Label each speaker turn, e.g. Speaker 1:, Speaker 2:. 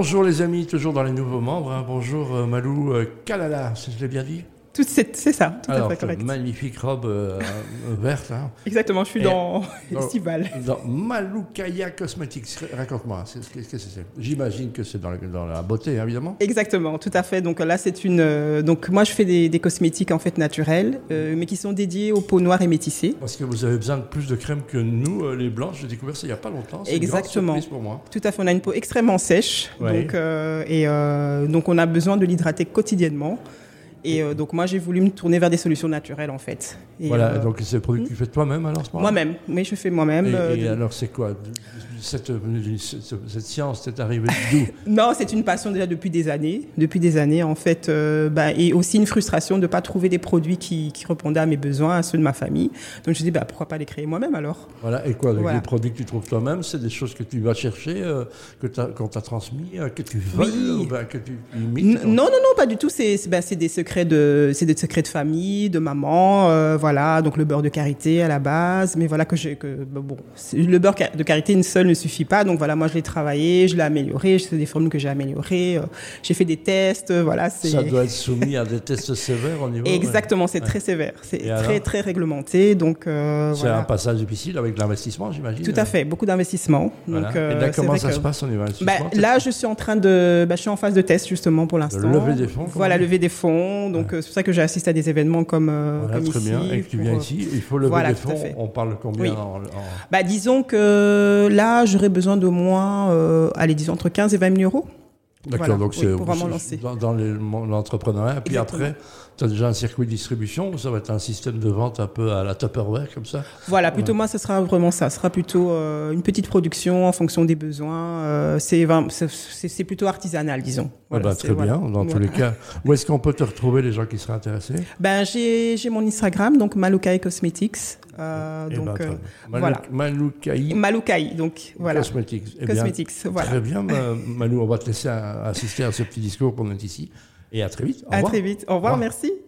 Speaker 1: Bonjour les amis, toujours dans les nouveaux membres. hein. Bonjour euh, Malou euh, Kalala, si je l'ai bien dit.
Speaker 2: Tout- C'est c'est ça, tout à
Speaker 1: Alors,
Speaker 2: fait correct.
Speaker 1: magnifique robe euh, euh, verte. hein.
Speaker 2: Exactement, je suis
Speaker 1: Et-
Speaker 2: dans
Speaker 1: dans-
Speaker 2: Estival.
Speaker 1: Dans Maloukaya Cosmetics, raconte-moi, c'est- qu'est-ce que c'est J'imagine que c'est dans, la- dans la beauté, hein, évidemment.
Speaker 2: Exactement, tout à fait. Donc là, c'est une. euh, donc moi, je fais des, des cosmétiques en fait naturels, euh,
Speaker 1: Mhm.
Speaker 2: mais qui sont dédiés aux peaux noires et métissées.
Speaker 1: Parce que vous avez besoin de plus de crème que nous, euh, les blanches. J'ai découvert ça il n'y a pas longtemps. C'est
Speaker 2: Exactement.
Speaker 1: Une grande surprise pour moi.
Speaker 2: Tout à fait, on a une peau extrêmement sèche,
Speaker 1: Ouais.
Speaker 2: donc euh, et euh, donc on a besoin de l'hydrater quotidiennement. Et euh, donc moi, j'ai voulu me tourner vers des solutions naturelles en fait. Et,
Speaker 1: voilà,
Speaker 2: euh,
Speaker 1: donc c'est le produit que tu fais toi-même alors ce moment-là
Speaker 2: moi-même, oui, je fais moi-même.
Speaker 1: Et,
Speaker 2: euh,
Speaker 1: et
Speaker 2: de-
Speaker 1: alors c'est quoi cette, cette- cette science, t'est arrivée d'où
Speaker 2: Non, c'est une passion déjà depuis des années, depuis des années en fait, euh, bah, et aussi une frustration de ne pas trouver des produits qui, qui répondaient à mes besoins, à ceux de ma famille. Donc je dis bah pourquoi pas les créer moi-même alors
Speaker 1: Voilà, et quoi, avec
Speaker 2: Voilà.
Speaker 1: les produits que tu trouves toi-même, c'est des choses que tu vas chercher, euh, que t'as- qu'on t'a transmis, euh, que tu voles,
Speaker 2: Oui.
Speaker 1: ou ben, que tu
Speaker 2: N-
Speaker 1: imites
Speaker 2: Non non non pas du tout. C'est c'est- bah, c'est des secrets de c'est des secrets de famille, de maman, euh, voilà. Donc le beurre de karité à la base, mais voilà que j'ai que bah, bon c'est- le beurre ca- de karité une seule ne suffit pas. Donc voilà moi je l'ai travaillé, je l'ai amélioré, c'est des formules que j'ai améliorées, euh, j'ai fait des tests, euh, voilà. c'est-
Speaker 1: Ça doit être soumis à des tests sévères au niveau...
Speaker 2: Exactement, c'est
Speaker 1: Ouais.
Speaker 2: très sévère, c'est
Speaker 1: Et
Speaker 2: très
Speaker 1: alors
Speaker 2: très réglementé, donc euh,
Speaker 1: ouais. C'est un
Speaker 2: voilà.
Speaker 1: passage difficile avec de l'investissement, j'imagine.
Speaker 2: Tout à fait, beaucoup d'investissements.
Speaker 1: Voilà.
Speaker 2: Donc,
Speaker 1: et
Speaker 2: euh,
Speaker 1: là,
Speaker 2: c'est
Speaker 1: comment
Speaker 2: vrai
Speaker 1: ça
Speaker 2: que-
Speaker 1: se passe au niveau
Speaker 2: Bah,
Speaker 1: investissement t'es-
Speaker 2: là, je suis en train de, bah, je suis en phase de test justement pour l'instant.
Speaker 1: lever des fonds, comme on
Speaker 2: Voilà,
Speaker 1: dit.
Speaker 2: lever des fonds. Donc euh, c'est pour ça que j'assiste à des événements comme, euh,
Speaker 1: Voilà,
Speaker 2: comme
Speaker 1: très
Speaker 2: ici.
Speaker 1: bien. Et que tu
Speaker 2: pour,
Speaker 1: viens
Speaker 2: euh,
Speaker 1: ici, il faut lever
Speaker 2: Voilà,
Speaker 1: des
Speaker 2: tout à
Speaker 1: fonds.
Speaker 2: fait.
Speaker 1: On parle combien
Speaker 2: Oui.
Speaker 1: en- en-
Speaker 2: Bah, disons que là, j'aurais besoin d'au moins, euh, allez, disons entre 15 et 20 000 euros.
Speaker 1: D'accord,
Speaker 2: Voilà,
Speaker 1: donc
Speaker 2: oui,
Speaker 1: c'est
Speaker 2: pour vraiment
Speaker 1: c'est-
Speaker 2: lancer.
Speaker 1: dans, dans les- l'entrepreneuriat. Puis
Speaker 2: Exactement.
Speaker 1: après, tu as déjà un circuit de distribution, ça va être un système de vente un peu à la Tupperware, comme ça.
Speaker 2: Voilà, plutôt moi, ce sera vraiment ça. Ce sera plutôt euh, une petite production en fonction des besoins. Euh, c'est vraiment- c'est- c'est c'est plutôt artisanal, disons.
Speaker 1: Ah
Speaker 2: Voilà,
Speaker 1: bah,
Speaker 2: c'est-
Speaker 1: très
Speaker 2: voilà.
Speaker 1: bien, dans tous
Speaker 2: Voilà.
Speaker 1: les cas. Où est-ce qu'on peut te retrouver, les gens qui seraient intéressés Eh
Speaker 2: Ben, j'ai j'ai mon Instagram, donc Malukai Cosmetics. Euh,
Speaker 1: Eh ben,
Speaker 2: donc,
Speaker 1: très
Speaker 2: euh,
Speaker 1: bien. Malou-
Speaker 2: voilà.
Speaker 1: Maloukaï
Speaker 2: Malukai, donc voilà.
Speaker 1: Cosmetics. Eh bien,
Speaker 2: Cosmetics, voilà.
Speaker 1: Très bien, ma- Malou, on va te laisser euh, assister à ce petit discours qu'on est ici. Et à très vite. Au
Speaker 2: À
Speaker 1: revoir.
Speaker 2: très vite. Au
Speaker 1: revoir.
Speaker 2: revoir, merci.